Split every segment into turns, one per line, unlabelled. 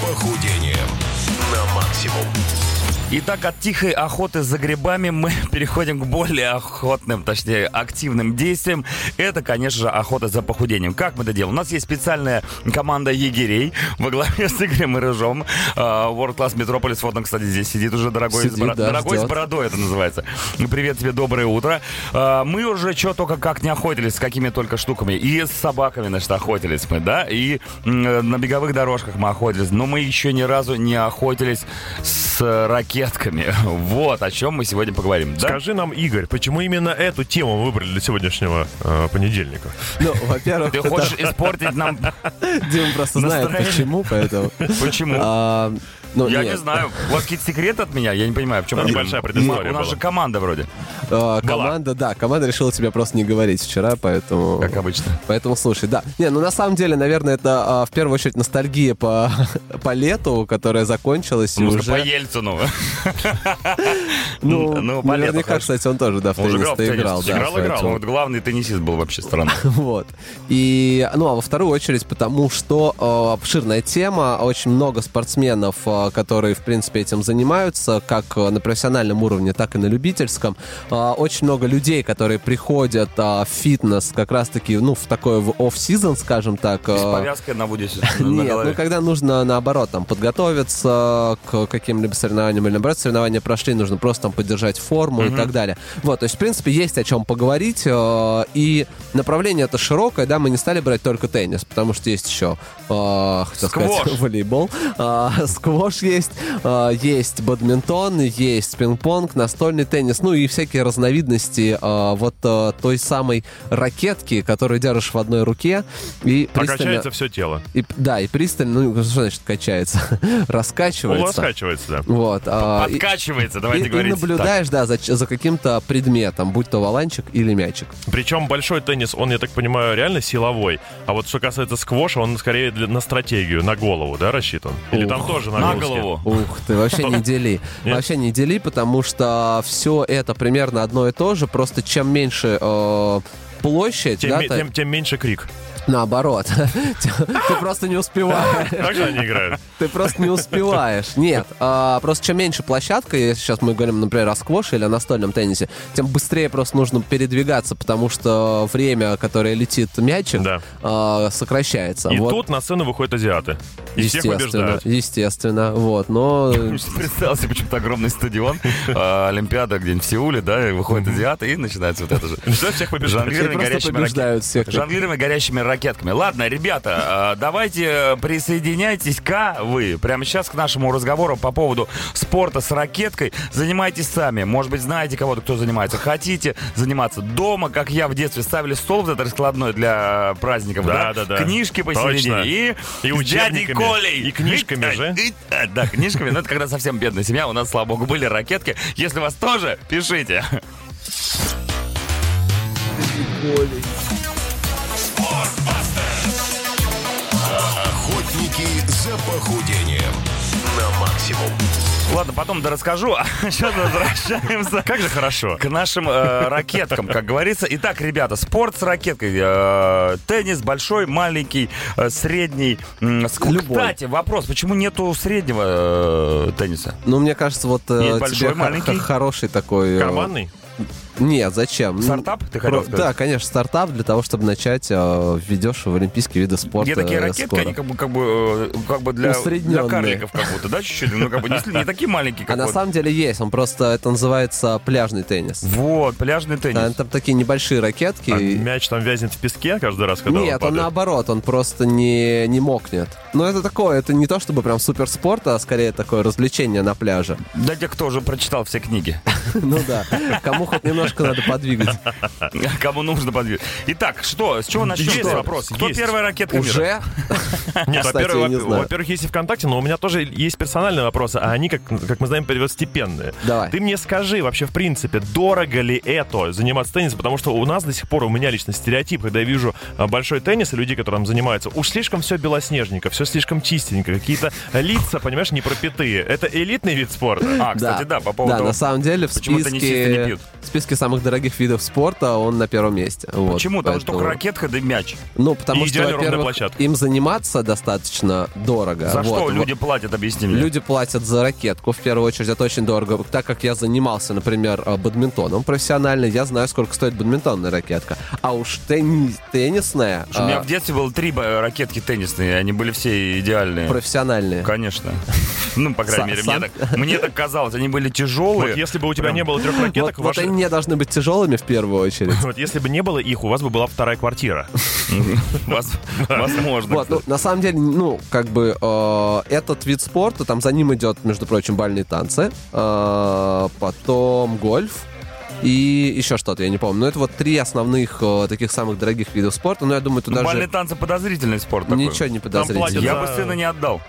похудением на максимум.
Итак, от тихой охоты за грибами мы переходим к более охотным, точнее, активным действиям. Это, конечно же, охота за похудением. Как мы это делаем? У нас есть специальная команда егерей во главе с Игорем и Рыжом. А, World Class Metropolis. Вот он, кстати, здесь сидит уже, дорогой.
Сидит,
с бро-
да,
дорогой с
ждет.
бородой это называется. Ну, Привет тебе, доброе утро. А, Мы уже что только как не охотились, с какими только штуками. И с собаками, значит, охотились мы, да? И м, э, на беговых дорожках мы охотились. Но мы еще ни разу не охотились с э, ракетками. Вот о чем мы сегодня поговорим, да?
Скажи нам, Игорь, почему именно эту тему выбрали для сегодняшнего э, понедельника?
Ну, во-первых,
Ты хочешь испортить нам...
Дим просто знает
настроение?
почему, поэтому...
Почему?
А, ну,
Я
нет.
не знаю. У вас какие-то секреты от меня? Я не понимаю, в чем
Там
проблема.
небольшая предыстория
У нас
была.
же команда вроде,
А, команда, да, команда решила тебя просто не говорить вчера, поэтому...
как обычно.
Поэтому слушай, да. Не, ну на самом деле, наверное, это а, в первую очередь ностальгия по, по лету, которая закончилась и
Нужно
уже...
по Ельцину.
Ну,
ну, по лету,
наверняка,
хорошо.
кстати, он тоже, да, в
Он же играл в
теннис-то
теннис.
играл. да,
Играл, играл.
поэтому-
Вот главный теннисист был вообще страны.
Вот. И, ну, а во вторую очередь, потому что э, обширная тема, очень много спортсменов, э, которые, в принципе, этим занимаются, как э, на профессиональном уровне, так и на любительском. Э, очень много людей, которые приходят э, в фитнес как раз-таки, ну, в такой в офф-сезон, скажем так.
С
э,
повязкой на будет на
Нет, ну
голове.
когда нужно наоборот там подготовиться к каким-либо соревнованиям или наоборот соревнования прошли, нужно просто там поддержать форму и так далее. Вот, то есть в принципе есть о чем поговорить э, и направление это широкое, да, мы не стали брать только теннис, потому что есть еще, э, хотел
Сквош.
сказать, волейбол, э, сквош есть, э, есть бадминтон, есть пинг-понг, настольный теннис, ну и всякие разновидности э, вот э, той самой ракетки, которую держишь в одной руке и
А
пристально-
качается все тело.
и, да, и пристально, ну, что значит качается?
Он
Раскачивается.
Ну, раскачивается, да.
Вот. а, и-
Откачивается,
и,
давайте
и
говорить. так.
наблюдаешь, да, за, ч- за каким-то предметом, будь то валанчик или мячик.
Причем большой теннис, он, я так понимаю, реально силовой. А вот что касается сквоша, он скорее для- на стратегию, на голову, да, рассчитан? Или там
Ух,
тоже
На
нагрузки?
голову.
Ух ты, вообще не дели.
Нет?
Вообще не дели, потому что все это примерно одно и то же, просто чем меньше э, площадь,
Тем,
да,
ме-
та-
тем- тем меньше крик.
наоборот, Тем- ты просто не успеваешь.
Так же они играют.
Ты просто не успеваешь. Нет, а, просто чем меньше площадка, если сейчас мы говорим, например, о сквоше или о настольном теннисе, тем быстрее просто нужно передвигаться, потому что время, которое летит мячик,
Да.
а, сокращается.
И
Вот,
тут на сцену выходят азиаты. И всех
естественно,
побеждают.
естественно, вот, но...
Представил себе почему-то огромный стадион, э, Олимпиада где-нибудь в Сеуле, да, и выходит азиаты, и начинается вот это же.
Начинают всех побеждать.
Все
Жонглирование
просто
горящими,
побеждают всех.
жонглирование горящими ракетками. Ладно, ребята, э, давайте присоединяйтесь-ка вы прямо сейчас к нашему разговору по поводу спорта с ракеткой. Занимайтесь сами. Может быть, знаете кого-то, кто занимается. Хотите заниматься дома, как я в детстве, ставили стол вот этот раскладной для праздников, да?
Да, да, да.
Книжки посередине.
Точно.
И,
И
с дядей
учебниками,
Колей.
и книжками
Ить, а,
же.
ить, а, Да, книжками. Но это когда совсем бедная семья. У нас, слава богу, были ракетки. Если у вас тоже, пишите.
Охотники за похудением на максимум.
Ладно, потом дорасскажу, а сейчас возвращаемся
Как же хорошо.
к нашим э, ракеткам, как говорится. Итак, ребята, спорт с ракеткой. э, теннис большой, маленький, э, средний. м, ск-
Любой.
Кстати, вопрос, почему нету среднего э, тенниса?
Ну, мне кажется, вот э,
Есть
тебе
большой,
хо-
маленький?
хо- хороший такой... э,
Карманный?
Нет, зачем? Ну,
Стартап, ты хотел
про-
сказать?
Да, конечно, стартап для того, чтобы начать э, введешь в олимпийские виды спорта.
Где такие
э,
ракетки,
скоро.
они как бы, как бы, э, как бы для, для
Усредненные.
карликов как будто, да, чуть-чуть? Ну, как бы не, с- не такие маленькие,
А
как
на
вот.
самом деле есть, он просто, это называется пляжный теннис.
Вот, пляжный
Там,
теннис.
там такие небольшие ракетки.
А
и-
мяч там вязнет в песке каждый раз, когда
Нет,
он
он
падает?
наоборот, он просто не, не мокнет. Но это такое, это не то чтобы прям суперспорт, а скорее такое развлечение на пляже.
Для тех, кто уже прочитал все книги.
Ну да, кому хоть немножко надо подвигать.
Кому нужно подвигать. Итак, что, с чего начнем?
Есть
Что?
вопрос,
Кто
есть.
первая ракетка мира?
Уже?
Нет,
Кстати,
во-первых,
я не
во-
знаю.
во-первых, есть и ВКонтакте, но у меня тоже есть персональные вопросы, а они, как, как мы знаем, первостепенные.
Давай.
Ты мне скажи вообще, в принципе, дорого ли это заниматься теннисом, потому что у нас до сих пор, у меня лично стереотип, когда я вижу а, большой теннис и людей, которые там занимаются, уж слишком все белоснежненько, все слишком чистенько, какие-то лица, понимаешь, не пропитые. Это элитный вид спорта.
А, кстати, да, по
Да,
поводу...
на самом деле в
почему теннисисты не
списке,
пьют.
в списке списке самых дорогих видов спорта он на первом месте. Вот,
Почему? Потому что
поэтому-
только ракетка да мяч.
Ну, потому
И
что,
идеально ровная
во-первых,
площадка.
им заниматься достаточно дорого.
За
Вот,
что
во-
люди платят, объясни мне.
Люди платят за ракетку, в первую очередь, это очень дорого. Так как я занимался, например, э, бадминтоном профессионально, я знаю, сколько стоит бадминтонная ракетка. А уж тенни- теннисная,
У меня
э,
в детстве было три ба- ракетки теннисные, они были все идеальные.
профессиональная.
Конечно. Ну, по крайней мере,
Сам-
мне так, мне так казалось. Они были тяжелые.
Вот если бы у тебя
Прям.
не было трех
Вот,
ракеток,
вот
ваши-
они не должны быть тяжелыми в первую очередь.
вот если бы не было их, у вас бы была вторая квартира.
Воз- Возможно.
Вот, ну, на самом деле, ну, как бы э, этот вид спорта, там за ним идет, между прочим, бальные танцы, э, потом гольф и еще что-то, я не помню. Но это вот три основных э, таких самых дорогих видов спорта. Но я думаю,
Ну,
туда
Бальные
же
танцы подозрительный спорт такой.
ничего не подозрительно.
платят
Я
Да.
бы сына не отдал.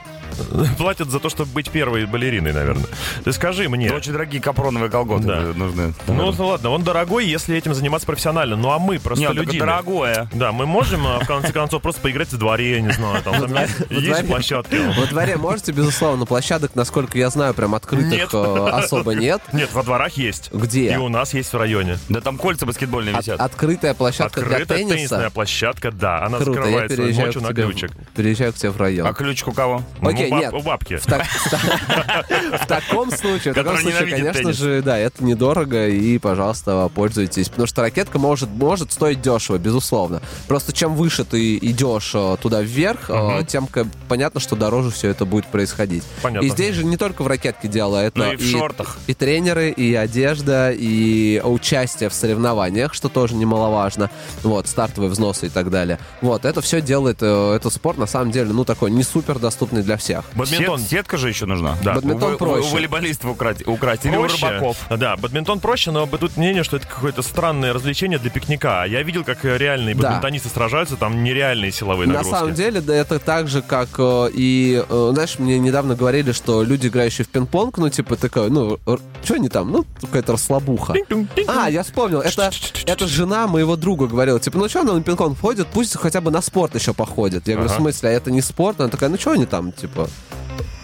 Платят за то, чтобы быть первой балериной, наверное. Ты скажи мне.
Очень дорогие капроновые колготы
Да.
э, нужны.
Ну,
наверное.
ну ладно, он дорогой, если этим заниматься профессионально. Ну а мы, просто
Нет, только
люди.
дорогое.
Да, мы можем, э, в конце концов, просто поиграть в дворе, я не знаю, там, там есть-
Во
есть
дворе-
площадки.
Во дворе можете, безусловно, площадок, насколько я знаю, прям
Нет.
открытых э, особо нет.
Нет, во дворах есть.
Где?
И у нас есть в районе.
Да там кольца баскетбольные
От-
висят.
открытая площадка
Открытая
для
теннисная
тенниса.
площадка, да. Она
Круто, я
закрывается
переезжаю
ночью
к
на
тебе,
ключик.
в- переезжаю к тебе в район.
А ключик у кого?
Ну,
Окей,
у баб-
нет.
У бабки.
В, так- в та- в таком случае, в таком
Который
случае,
ненавидит
конечно
теннис.
же, да, это недорого, и, пожалуйста, пользуйтесь. Потому что ракетка может, может стоить дешево, безусловно. Просто чем выше ты идешь э, туда вверх, э, тем ка- понятно, что дороже все это будет происходить.
Понятно.
И здесь же не только в ракетке дело, это
Ну и в шортах.
И тренеры, и одежда, и участие в соревнованиях, что тоже немаловажно. Вот, стартовые взносы и так далее. Вот, это все делает, э, этот спорт, на самом деле, ну, такой не супер доступный для всех.
Бадминтон.
Сет- сетка же еще нужна.
Да.
Бадминтон
у,
проще.
У, волейболистов украсть, украсть или у
проще.
рыбаков.
Да, бадминтон проще, но тут мнение, что это какое-то странное развлечение для пикника. Я видел, как э, реальные
Да.
бадминтонисты сражаются, там нереальные силовые
На
нагрузки.
самом деле, да, это так же, как э, и, э, знаешь, мне недавно говорили, что люди, играющие в пинг-понг, ну, типа, такое, ну, что они там, ну, какая-то расслабуха.
Тинь-тунь, тинь-тунь.
А, я вспомнил, это, это жена моего друга говорила, типа, ну, что она на пинг-понг ходит, пусть хотя бы на спорт еще походит. Я говорю, в
Ага.
смысле, а это не спорт? Она такая, ну, что они там, типа,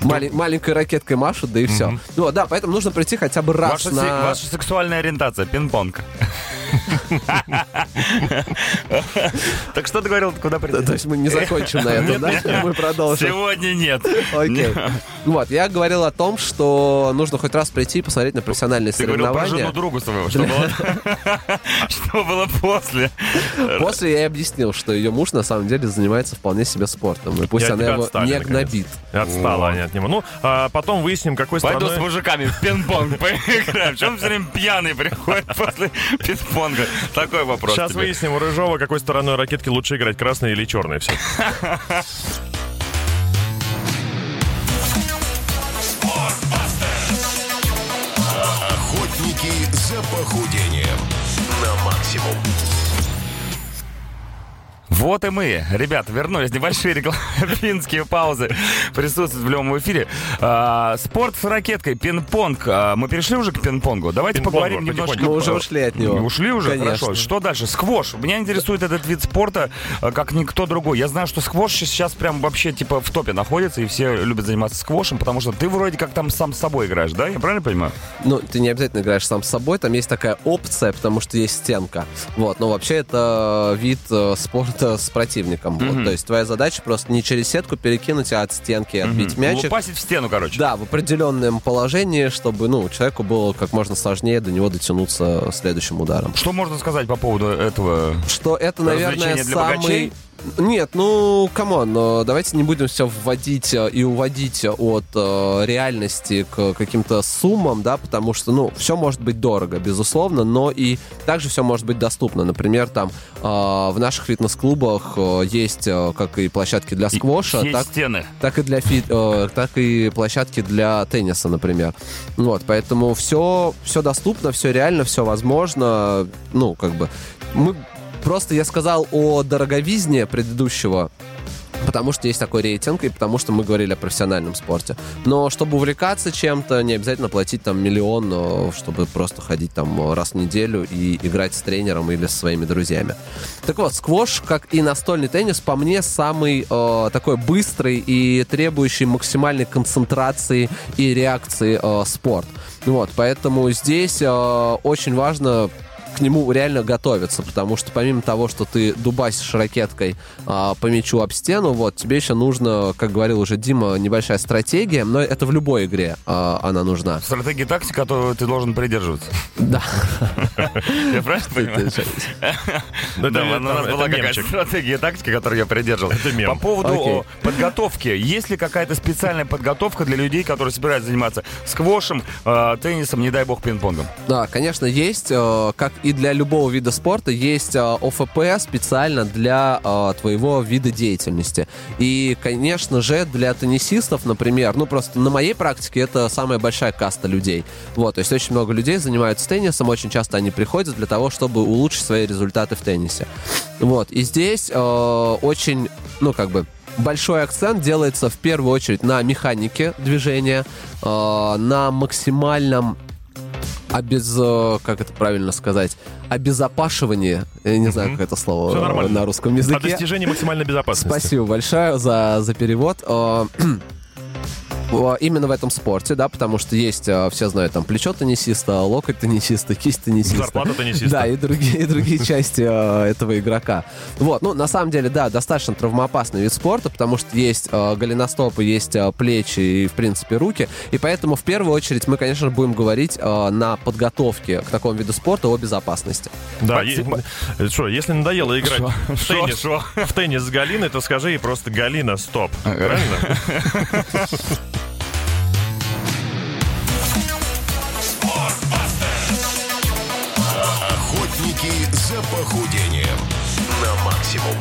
мали- маленькой ракеткой машут, да и все. Ну, да, поэтому нужно прийти хотя бы раз
Ваша, се-
на...
ваша сексуальная ориентация, пинг-понг. Так что ты говорил, куда
Да, То
прийти?
есть мы не закончим на этом, да? Мы продолжим.
Сегодня нет.
Окей. Вот, я говорил о том, что нужно хоть раз прийти и посмотреть на профессиональные
Ты говорил про жену
соревнования.
друга своего. Что было, что было после?
После я и объяснил, что ее муж на самом деле занимается вполне себе спортом. И пусть
Я
она
тебя
его
отстали,
не
наконец.
гнобит.
Отстала они от него. Ну, а потом выясним, какой
Пойду с
страной...
мужиками в пинг-понг поиграем. Чем все время пьяный приходит после пинг-понга? Такой вопрос
Сейчас
тебе.
выясним у Рыжова, какой стороной ракетки лучше играть, красной или черной. Все.
Охотники за похудением на максимум.
Вот и мы, ребят, вернулись. Небольшие рекламинские паузы присутствуют в любом эфире. А, спорт с ракеткой, пинг-понг. А, мы перешли уже к пинг-понгу. Давайте
Пинг-понгу,
поговорим немножко.
потихоньку.
Мы уже ушли от него.
Ушли уже?
Конечно.
Хорошо. Что дальше? Сквош. Меня интересует этот вид спорта, а, как никто другой. Я знаю, что сквош сейчас прям вообще типа в топе находится, и все любят заниматься сквошем, потому что ты вроде как там сам с собой играешь, да? Я правильно понимаю?
Ну, ты не обязательно играешь сам с собой, там есть такая опция, потому что есть стенка. Вот, но вообще это вид э, спорта с противником. Вот, то есть твоя задача просто не через сетку перекинуть, а от стенки отбить мячик.
Лупасить в стену, короче.
Да, в определенном положении, чтобы, ну, человеку было как можно сложнее до него дотянуться следующим ударом.
Что можно сказать по поводу этого?
Что это, наверное,
Развлечение для богачей?
самый... Нет, ну, камон, э, давайте не будем все вводить э, и уводить от э, реальности к каким-то суммам, да, потому что, ну, все может быть дорого, безусловно, но и также все может быть доступно. Например, там э, в наших фитнес-клубах э, есть, э, как и площадки для сквоша,
Есть
так
стены.
так и для фит, э, так и площадки для тенниса, например. Вот, поэтому все, все доступно, все реально, все возможно. Ну, как бы мы просто я сказал о дороговизне предыдущего. Потому что есть такой рейтинг, и потому что мы говорили о профессиональном спорте. Но чтобы увлекаться чем-то, не обязательно платить там миллион, э, чтобы просто ходить там э, раз в неделю и играть с тренером или со своими друзьями. Так вот, сквош, как и настольный теннис, по мне самый э, такой быстрый и требующий максимальной концентрации и реакции э, спорт. Вот, поэтому здесь э, очень важно к нему реально готовятся, потому что помимо того, что ты дубасишь ракеткой а, по мячу об стену, вот, тебе еще нужно, как говорил уже Дима, небольшая стратегия, но это в любой игре а, она нужна.
Стратегия тактики, которую ты должен придерживаться.
Да.
Я правильно понимаю?
Ну, это-
Да,
это-
у нас
это
была какая-то
мемчик.
стратегия, тактика, которую я придерживал.
Это мем.
По поводу
Окей.
о, подготовки. Есть ли какая-то специальная подготовка для людей, которые собираются заниматься сквошем, э, теннисом, не дай бог, пинг-понгом?
Да, конечно, есть, э, как и для любого вида спорта, есть э, ОФП специально для э, твоего вида деятельности. И, конечно же, для теннисистов, например, ну просто на моей практике это самая большая каста людей. Вот, то есть очень много людей занимаются теннисом, очень часто они приходят для того, чтобы улучшить свои результаты в теннисе. Вот, и здесь э, очень, ну как бы, большой акцент делается в первую очередь на механике движения, э, на максимальном обез... э, как это правильно сказать, обезопашивание, я не знаю, как это слово
Всё
э,
нормально. А,
на русском
О
языке.
достижении максимальной безопасности.
Спасибо большое за, за перевод. Э, э, Именно в этом спорте, да, потому что есть, э, все знают, там, плечо теннисиста, локоть теннисиста, кисть теннисиста.
Зарплата теннисиста.
Да, и другие, и другие части э, этого игрока. Вот, ну, на самом деле, да, достаточно травмоопасный вид спорта, потому что есть э, голеностопы, есть э, плечи и, в принципе, руки. И поэтому, в первую очередь, мы, конечно, же, будем говорить э, на подготовке к такому виду спорта о безопасности.
Да, е-
Спасибо.
э, Что, если надоело играть
Шо?
в
Шо?
теннис,
Шо?
в теннис с Галиной, то скажи ей просто Галина, стоп. Правильно?
Охотники за похудением на максимум.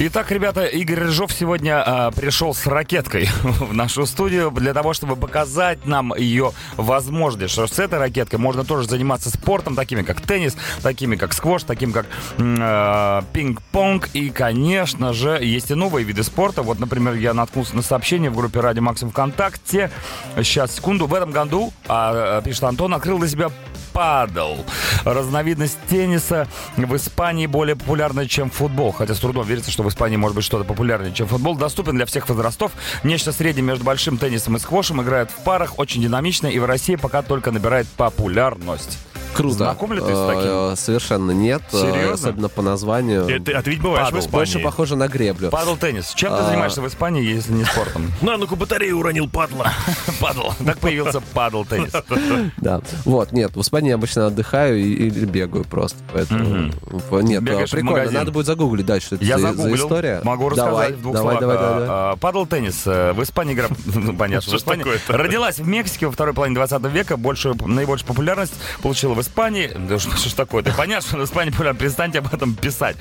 Итак, ребята, Игорь Рыжов сегодня а, пришел с ракеткой в нашу студию для того, чтобы показать нам ее возможность, что с этой ракеткой можно тоже заниматься спортом, такими как теннис, такими как сквош, таким как м, э, пинг-понг. И, конечно же, есть и новые виды спорта. Вот, например, я наткнулся на сообщение в группе Радио Максим ВКонтакте. Сейчас, секунду. В этом году, а, э, пишет Антон, открыл для себя падал. Разновидность тенниса в Испании более популярна, чем футбол. Хотя с трудом верится, что в Испании может быть что-то популярнее, чем футбол. Доступен для всех возрастов. Нечто среднее между большим теннисом и сквошем. Играют в парах, очень динамично и в России пока только набирает популярность.
Круто.
Знаком ли ты с таким?
Э, Совершенно нет. э,
Серьезно?
Особенно по названию.
Э, ты- А ты ведь бываешь в
Падал.
Больше
Испании.
похоже на греблю.
Падал теннис. Чем ты
А.
занимаешься в Испании, если не спортом?
На ну-ка батарею уронил, падла.
Падал. Так появился падал теннис.
Да. Вот, нет, в Испании обычно отдыхаю и- или бегаю просто. Поэтому э, нет,
Бегаешь в
э, прикольно.
магазин.
Надо будет загуглить дальше, что это
Я
за, за
загуглил.
история.
Могу рассказать
давай,
в двух
давай,
словах.
давай, давай, давай.
А, а, Падал теннис. э, В Испании игра, ну, понятно,
Что ж
в Испании.
такое-то?
Родилась в Мексике во второй половине 20 века. Большую, наибольшую популярность получила в Испании. Да что, что ж такое-то? Понятно, что в Испании популярно. Перестаньте об этом писать.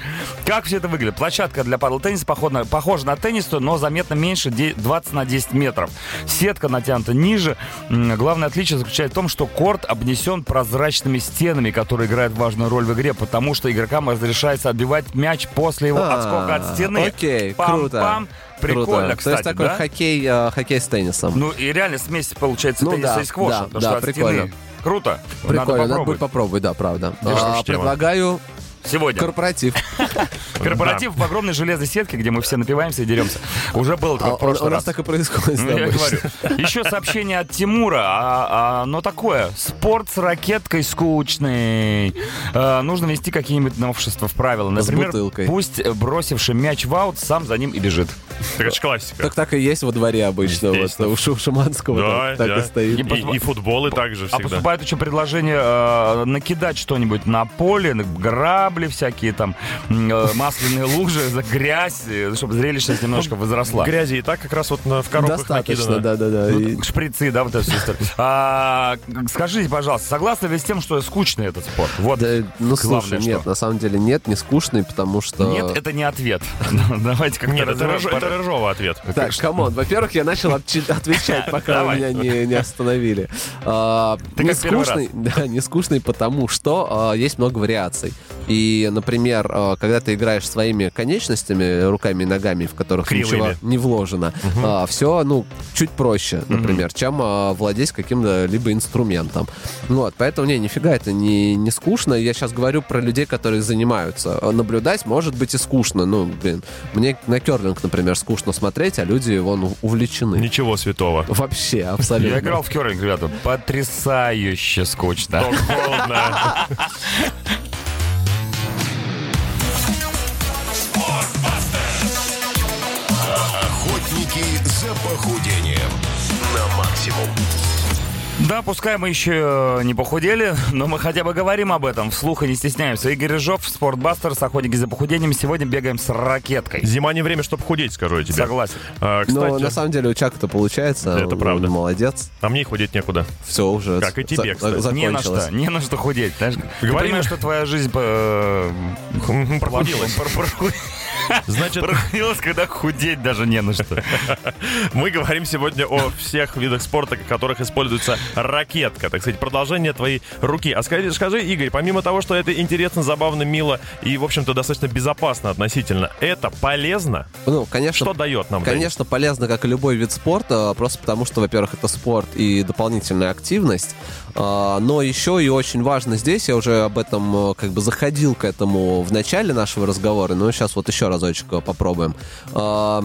Как все это выглядит? Площадка для падал тенниса походна- похожа на теннис, но заметно меньше де- 20 на 10 метров. Сетка натянута ниже. М, Главное отличие заключается в том, что корт обнесен прозрачными стенами, которые играют важную роль в игре, потому что игрокам разрешается отбивать мяч после его
А,
отскока от стены.
Окей,
Пам-пам.
круто.
Прикольно,
Круто. То
кстати,
есть такой
да?
хоккей, э, хоккей с теннисом.
Ну и реально смесь получается
Ну
тенниса
да,
и сквоша.
да,
потому
да,
что от
прикольно.
стены. Круто.
Прикольно,
Надо
надо будет
попробовать.
попробовать, да, правда.
Да,
А,
что ж, тема.
предлагаю
Сегодня.
корпоратив.
Корпоратив в огромной железной сетке, где мы все напиваемся и деремся. Уже было
А,
такое в
У у
прошлый
нас
раз.
так и происходит.
Ну, я
обычно.
говорю. Еще сообщение от Тимура, а, а, но такое. Спорт с ракеткой скучный. Э, нужно внести какие-нибудь новшества в правила. Например,
бутылкой.
пусть э, бросивший мяч в аут сам за ним и бежит.
Так это же классика.
Так так и есть во дворе обычно. Вот,
Естественно.
у Шу- Шуманского
Да,
так, так
да.
и стоит.
И
И, и футболы также
А
всегда.
поступает еще предложение э, накидать что-нибудь на поле, на грабли всякие там, м, э, масляные лужи, за грязь, э, чтобы зрелищность немножко возросла.
Грязи и так как раз вот на- в коробках
Достаточно,
накидано.
да, да,
Ну,
да. И-
Шприцы, да, вот это все. скажите, пожалуйста, согласны ли с тем, что скучный этот спорт? Вот,
Да, ну
главное,
слушай, нет,
что.
на самом деле нет, не скучный, потому что...
Нет, это не ответ. Давайте как-то
Нет, это,
разберем.
Рыж- это Рыжова ответ.
Так, камон, во-первых, я начал отчи- отвечать, пока
Давай.
вы меня не, не остановили. А,
Ты
не
как первый
скучный, да, не скучный, потому что а, есть много вариаций. И, например, э, когда ты играешь своими конечностями, руками и ногами, в которых
Кривыми.
ничего не вложено, все, ну, чуть проще, например, чем э, владеть каким-либо инструментом. Ну Вот, поэтому, не, нифига это не, не скучно. Я сейчас говорю про людей, которые занимаются. Э, Наблюдать может быть и скучно. Ну, блин, мне на керлинг, например, скучно смотреть, а люди, вон, увлечены.
Ничего святого.
Вообще, абсолютно.
Я играл в керлинг, ребята. Потрясающе скучно.
Тоже холодно.
Охотники за похудением на максимум.
Да, пускай мы еще не похудели, но мы хотя бы говорим об этом, вслух и не стесняемся. Игорь Рыжов, Спортбастерс, Охотники за похудением. Сегодня бегаем с ракеткой.
Зима не время, чтобы худеть, скажу я тебе.
Согласен.
А,
Но
кстати,
на самом деле у Чака-то получается.
Это
Он
правда.
Молодец.
а мне и худеть некуда.
Все уже.
Как и тебе, кстати.
закончилось.
Не на что, не на что худеть. Знаешь, ты
Говорим-
понимаешь, что твоя жизнь э,
Мгм, Прохудилась.
пор- пор- пор-
Значит,
прохудилась, когда худеть даже не на что.
мы говорим сегодня о всех видах спорта, в которых используется ракетка. Так сказать, продолжение твоей руки. А скажи, скажи, Игорь, помимо того, что это интересно, забавно, мило и, в общем-то, достаточно безопасно относительно, это полезно?
Ну, конечно,
Что дает нам? Денис?
Конечно, полезно, как и любой вид спорта, просто потому что, во-первых, это спорт и дополнительная активность. А, Но еще и очень важно здесь, я уже об этом э, как бы заходил к этому в начале нашего разговора, но сейчас вот еще разочек э, попробуем. А,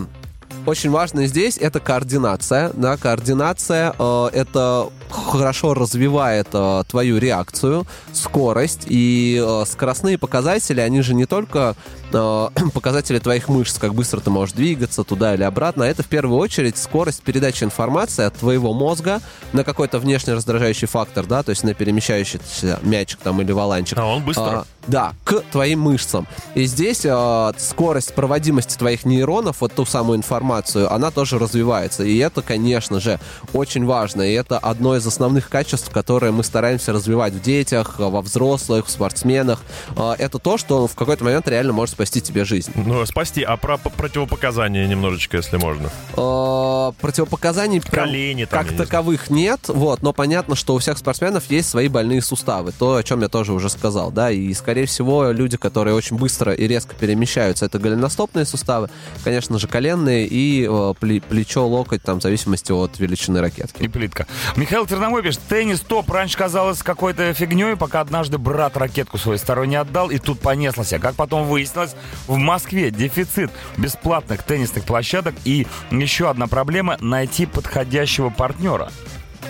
Очень важно здесь это координация. Да, координация э, это хорошо развивает э, твою реакцию, скорость и э, скоростные показатели, они же не только э, показатели твоих мышц, как быстро ты можешь двигаться туда или обратно, а это в первую очередь скорость передачи информации от твоего мозга на какой-то внешне раздражающий фактор, да, то есть на перемещающийся мячик там или валанчик.
А он быстро.
А, да, к твоим мышцам. И здесь а, скорость проводимости твоих нейронов, вот ту самую информацию, она тоже развивается. И это, конечно же, очень важно. И это одно из основных качеств, которые мы стараемся развивать в детях, а, во взрослых, в спортсменах. А, это то, что в какой-то момент реально может спасти тебе жизнь.
Ну, спасти, а про п- противопоказания немножечко, если можно.
А, противопоказаний прям
Колени там, я
как
не знаю.
таковых нет, вот, но понятно, что у всех спортсменов есть свои больные суставы, то, о чем я тоже уже сказал, да, и, скорее всего, люди, которые очень быстро и резко перемещаются, это голеностопные суставы, конечно же, коленные и э, пле- плечо, локоть, там, в зависимости от величины ракетки.
И плитка. Михаил Терновой пишет, теннис топ. Раньше казалось какой-то фигней, пока однажды брат ракетку свою старую не отдал, и тут понеслось. А как потом выяснилось, в Москве дефицит бесплатных теннисных площадок и еще одна проблема – найти подходящего партнера.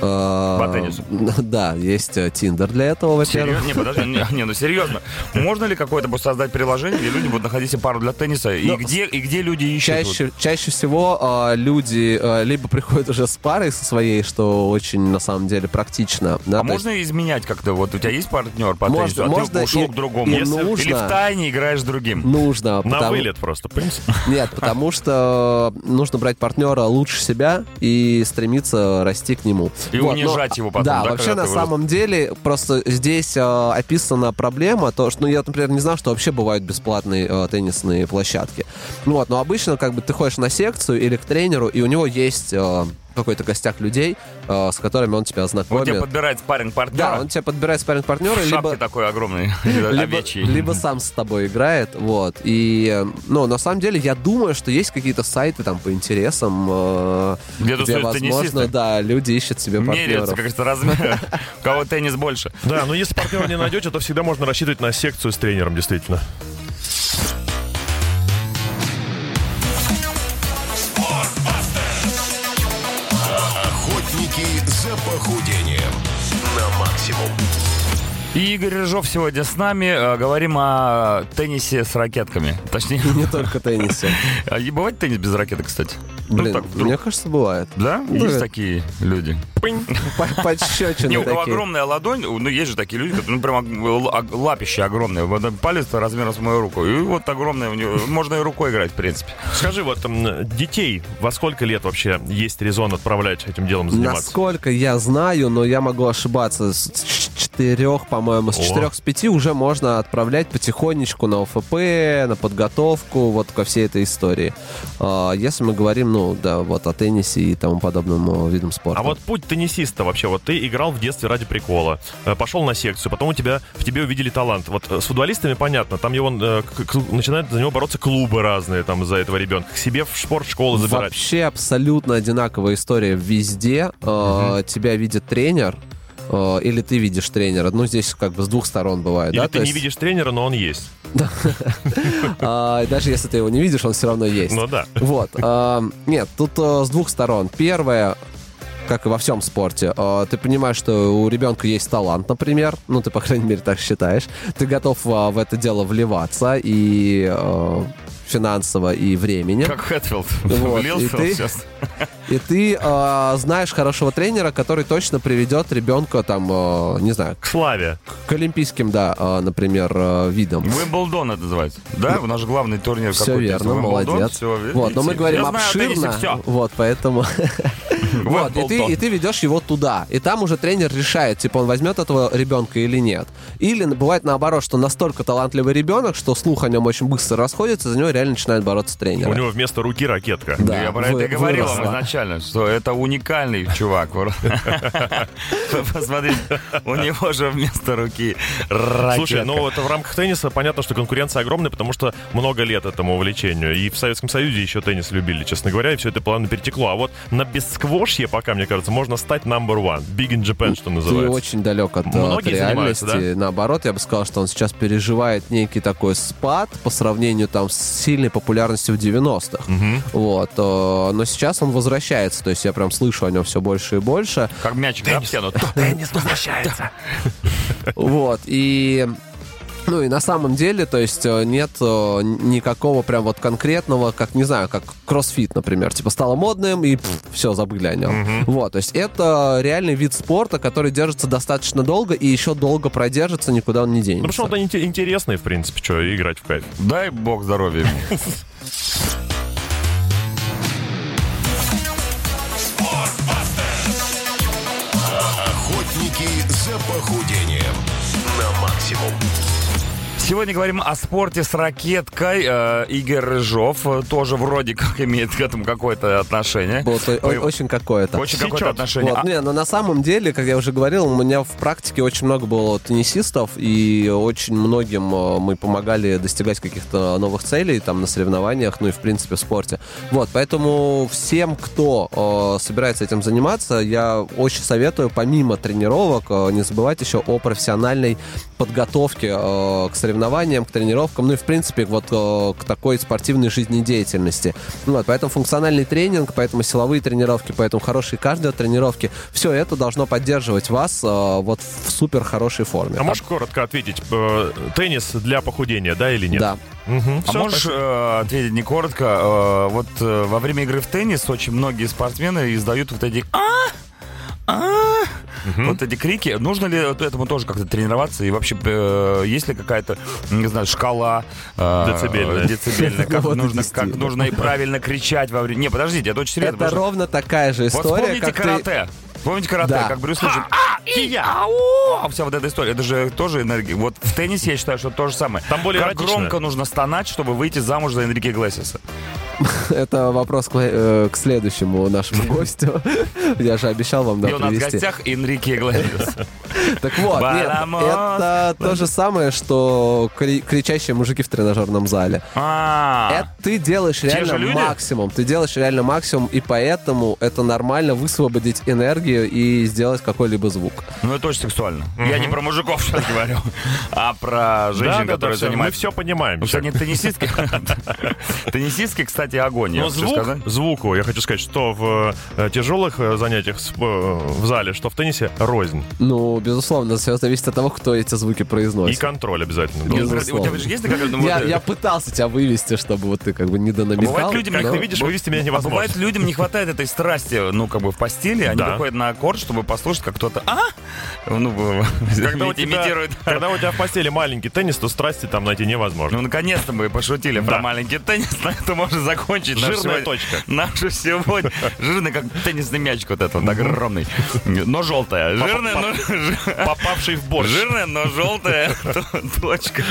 По
теннису.
Э, Да, есть э, Тиндер для этого, во-первых.
Серьезно? Не, подожди, не, не, ну серьезно. Можно ли какое-то просто создать приложение, где люди будут находить себе пару для тенниса? И,
Ну,
где, и где люди ищут? вот?
Чаще, чаще всего а, люди а, либо приходят уже с парой со своей, что очень на самом деле практично. да,
А
то есть-
можно изменять как-то? Вот у тебя есть партнер по
Можно-
теннису, а
можно
ты ушел
и-
к другому.
и
Если- Или
нужно.
в тайне играешь с другим.
Нужно.
На
потому-
вылет просто, пынь.
Нет, потому что нужно брать партнера лучше себя и стремиться расти к нему.
И унижать его потом, да,
Да,
когда
вообще на
ты
самом деле просто здесь э, описана проблема, то что, ну, я, например, не знал, что вообще бывают бесплатные э, теннисные площадки. Ну вот, но обычно как бы ты ходишь на секцию или к тренеру, и у него есть э, какой-то костяк людей, э, с которыми он тебя
Вот тебе
ознакомит.
подбирает спаринг партнера.
Да, он тебя подбирает спарринг партнера,
в шапке
либо
такой огромный,
либо,
овечий.
либо сам с тобой играет, вот. И, э, ну, на самом деле, я думаю, что есть какие-то сайты там по интересам, э,
Где тусуются
возможно,
теннисисты?
да, люди ищут себе партнеров.
Меряется, как это размер. У кого теннис больше.
Да, но если партнера не найдете, то всегда можно рассчитывать на секцию с тренером, действительно.
Охотники за похудением на максимум.
И Игорь Рыжов сегодня с нами. Э, Говорим о теннисе с ракетками. Точнее,
Не только теннисе.
а и бывает теннис без ракеты, кстати? ну
Блин,
так вдруг.
мне кажется, бывает.
Да? Есть
Да.
такие люди.
Пынь.
По- Пощечины
Не, у кого
такие.
огромная ладонь, ну есть же такие люди, которые, ну прям л- а- лапище огромное, вот этот палец размером с мою руку. И вот огромное, у него- можно и рукой играть, в принципе.
Скажи, вот м, детей во сколько лет вообще есть резон отправлять этим делом заниматься?
Насколько я знаю, но я могу ошибаться, с ч- четырех, по-моему, с
О.
четырех, с пяти уже можно отправлять потихонечку на ОФП, на подготовку, вот ко всей этой истории. А, Если мы говорим, ну, ну, да, вот о теннисе и тому подобным э, видам спорта.
А вот путь теннисиста вообще, вот ты играл в детстве ради прикола, э, пошел на секцию, потом у тебя в тебе увидели талант. Вот э, с футболистами понятно, там его э, к- к- начинают за него бороться клубы разные там за этого ребенка, к себе в спорт школы забирать.
Вообще абсолютно одинаковая история везде. Э, Тебя видит тренер, э, или ты видишь тренера. Ну, здесь как бы с двух сторон бывает,
Или
да?
ты
то
не
есть,
видишь тренера, но он есть.
а, даже если ты его не видишь, он все равно есть.
Ну да.
Вот. а, Нет, тут а, с двух сторон. Первое, как и во всем спорте, а, ты понимаешь, что у ребенка есть талант, например. Ну, ты, по крайней мере, так считаешь. Ты готов а, в это дело вливаться и а, финансово, и времени.
Как Хэтфилд.
Вот,
Влился
и ты-
сейчас.
И ты а, знаешь хорошего тренера, который точно приведет ребенка, там, а, не знаю,
К славе.
к- к олимпийским, да, а, например, а, видам.
Уимблдон это называется. Да, у нас же главный турнир
Все
какой-то.
Ну, верно, молодец. вот, но мы говорим обширно.
все.
Вот, поэтому. вот, и ты, и ты ведешь его туда. И там уже тренер решает, типа, он возьмет этого ребенка или нет. Или бывает наоборот, что настолько талантливый ребенок, что слух о нем очень быстро расходится, за него реально начинает бороться тренер.
У него вместо руки ракетка.
Да,
я про это
вы-
и говорил вам
выросла.
изначально, что это уникальный чувак. Вы Посмотрите, у него же вместо руки ракетка.
Слушай, ну это в рамках тенниса понятно, что конкуренция огромная, потому что много лет этому увлечению. И в Советском Союзе еще теннис любили, честно говоря, и все это плавно перетекло. А вот на бессквошье пока, мне кажется, можно стать number one. Big in Japan, что
Ты
называется.
очень далек от, э, от
Многие
реальности.
занимаются,
Наоборот, я бы сказал, что он сейчас переживает некий такой спад по сравнению там с сильной популярностью в 90-х. Вот. э, Но сейчас он возвращается. То есть я прям слышу о нем все больше и больше.
Как мячик об стену.
Теннис возвращается.
Вот. И... Ну и на самом деле, то есть э, нет э, никакого прям вот конкретного, как, не знаю, как кроссфит, например. Типа стало модным и все, забыли о нем. Вот, то есть это реальный вид спорта, который держится достаточно долго и еще долго продержится, никуда он не денется.
Ну, потому что он инте- интересный, в принципе, что играть в кайф.
Дай бог здоровья ему.
Охотники за похудением на максимум.
Сегодня говорим о спорте с ракеткой. Э, Игорь Рыжов э, тоже вроде как имеет к этому какое-то отношение.
Вот, о- о- очень какое-то.
Очень какое-то
Сечет.
отношение.
Вот, ну,
А-
не, но на самом деле, как я уже говорил, у меня в практике очень много было теннисистов, и очень многим э, мы помогали достигать каких-то новых целей там на соревнованиях, ну и в принципе в спорте. Вот, поэтому всем, кто э, собирается этим заниматься, я очень советую, помимо тренировок, э, не забывать еще о профессиональной подготовке э, к соревнованиям, к тренировкам, ну и в принципе вот э, к такой спортивной жизнедеятельности. Ну Вот, поэтому функциональный тренинг, поэтому силовые тренировки, поэтому хорошие кардиотренировки, все это должно поддерживать вас э, вот в супер хорошей форме.
А можешь коротко ответить, э, теннис для похудения, да или нет?
Да.
Мгм.
А
Всё,
можешь
спасибо.
э, ответить не коротко? Э, вот э, во время игры в теннис очень многие спортсмены издают вот эти а а вот эти крики. Нужно ли вот этому тоже как-то тренироваться? И вообще, э, есть ли какая-то, не знаю, шкала э,
Децибельная.
децибельная, Как,
Вот
нужно,
действительно.
как нужно и правильно кричать во время... Не, подождите, это очень серьезно.
это
потому
ровно такая же
что- Вот
история,
вспомните
как ты-
карате. Помните карате,
Да.
как Брюс Ли же- А, и я. Ау! Вся вот эта история, это же тоже энергия. Вот в теннисе я считаю, что то же самое.
Там более
как
эротично.
громко нужно стонать, чтобы выйти замуж за Энрике Глэсиса.
Это вопрос к, э, к следующему нашему гостю. Я же обещал вам да,
И у нас в
привести.
гостях Энрике Иглесиас.
Так вот, нет,
Баламон.
это то же самое, что кри- кричащие мужики в тренажерном зале.
А,
Это ты делаешь реально
же люди?
максимум. Ты делаешь реально максимум, и поэтому это нормально высвободить энергию и сделать какой-либо звук.
ну это очень сексуально. Я не про мужиков сейчас говорю, а про женщин,
Да-да-да,
которые
всё, Мы
занимаются.
все понимаем.
Ну,
всё.
кстати, не теннисистки. Теннисистки, кстати, огонь. я
Но
хочу
звук,
сказать.
Ну,
звуку, я хочу сказать, что в э, тяжелых э, занятиях с- э, в зале, что в теннисе, рознь.
Ну, безусловно, все зависит от того, кто эти звуки
И
произносит.
контроль обязательно.
У
должен.
тебя же есть какая-то... ну,
Я,
вот,
я пытался тебя вывести, чтобы вот ты как бы не донамекал.
Бывает, людям
Как
но-
ты видишь, вывести меня
А
невозможно.
бывает, людям не хватает этой страсти, ну, как бы в постели, они
Да.
приходят на аккорд, чтобы послушать, как кто-то, а, ну,
когда, у тебя,
имитирует.
когда у тебя в постели маленький теннис, то страсти там найти невозможно.
Ну, наконец-то мы пошутили про
Да.
маленький теннис, на это можно закончить нашу
Жирная
сегодня-
точка.
Нашу сегодня. Жирный, как теннисный мячик вот этот, вот, огромный. Но желтая. Жирная, но... а,
Попавший в борщ.
Жирная, но желтая то- точка.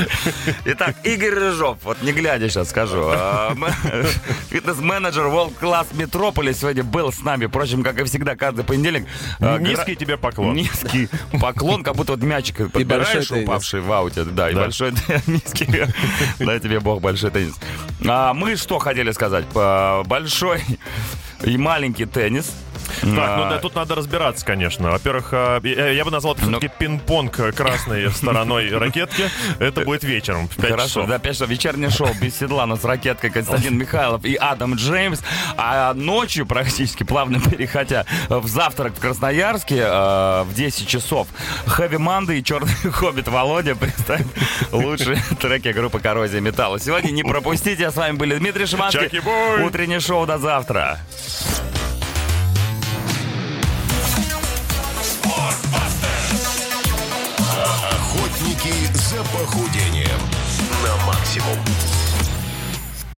Итак, Игорь Рыжов, вот не глядя сейчас скажу. а, м- Фитнес-менеджер World Class Metropolis сегодня был с нами. Впрочем, как и всегда, каждый понедельник. а,
Низкий
гра-
тебе поклон.
Низкий поклон, как будто вот мячик подбираешь,
большой теннис.
упавший в ауте. Да, и
Да.
большой низкий. Дай тебе бог большой теннис. А мы что хотели сказать? По- Большой и маленький теннис.
Так,
А,
ну да, тут надо разбираться, конечно. Во-первых, э, я я бы назвал это
Ну-
все-таки пинг-понг э, красной стороной ракетки. Это будет вечером в 5
Хорошо,
часов.
да, пять часов. Вечернее шоу без седла, но с ракеткой Константин Михайлов и Адам Джеймс. А ночью, практически плавно переходя в завтрак в Красноярске э, в 10 часов, Хэви Манды и Черный Хоббит Володя представят лучшие треки группы Коррозия Металла. Сегодня не пропустите. А с вами были Дмитрий Шиманский.
Чаки-бой!
Утреннее шоу до завтра.
Охотники за похудением на максимум.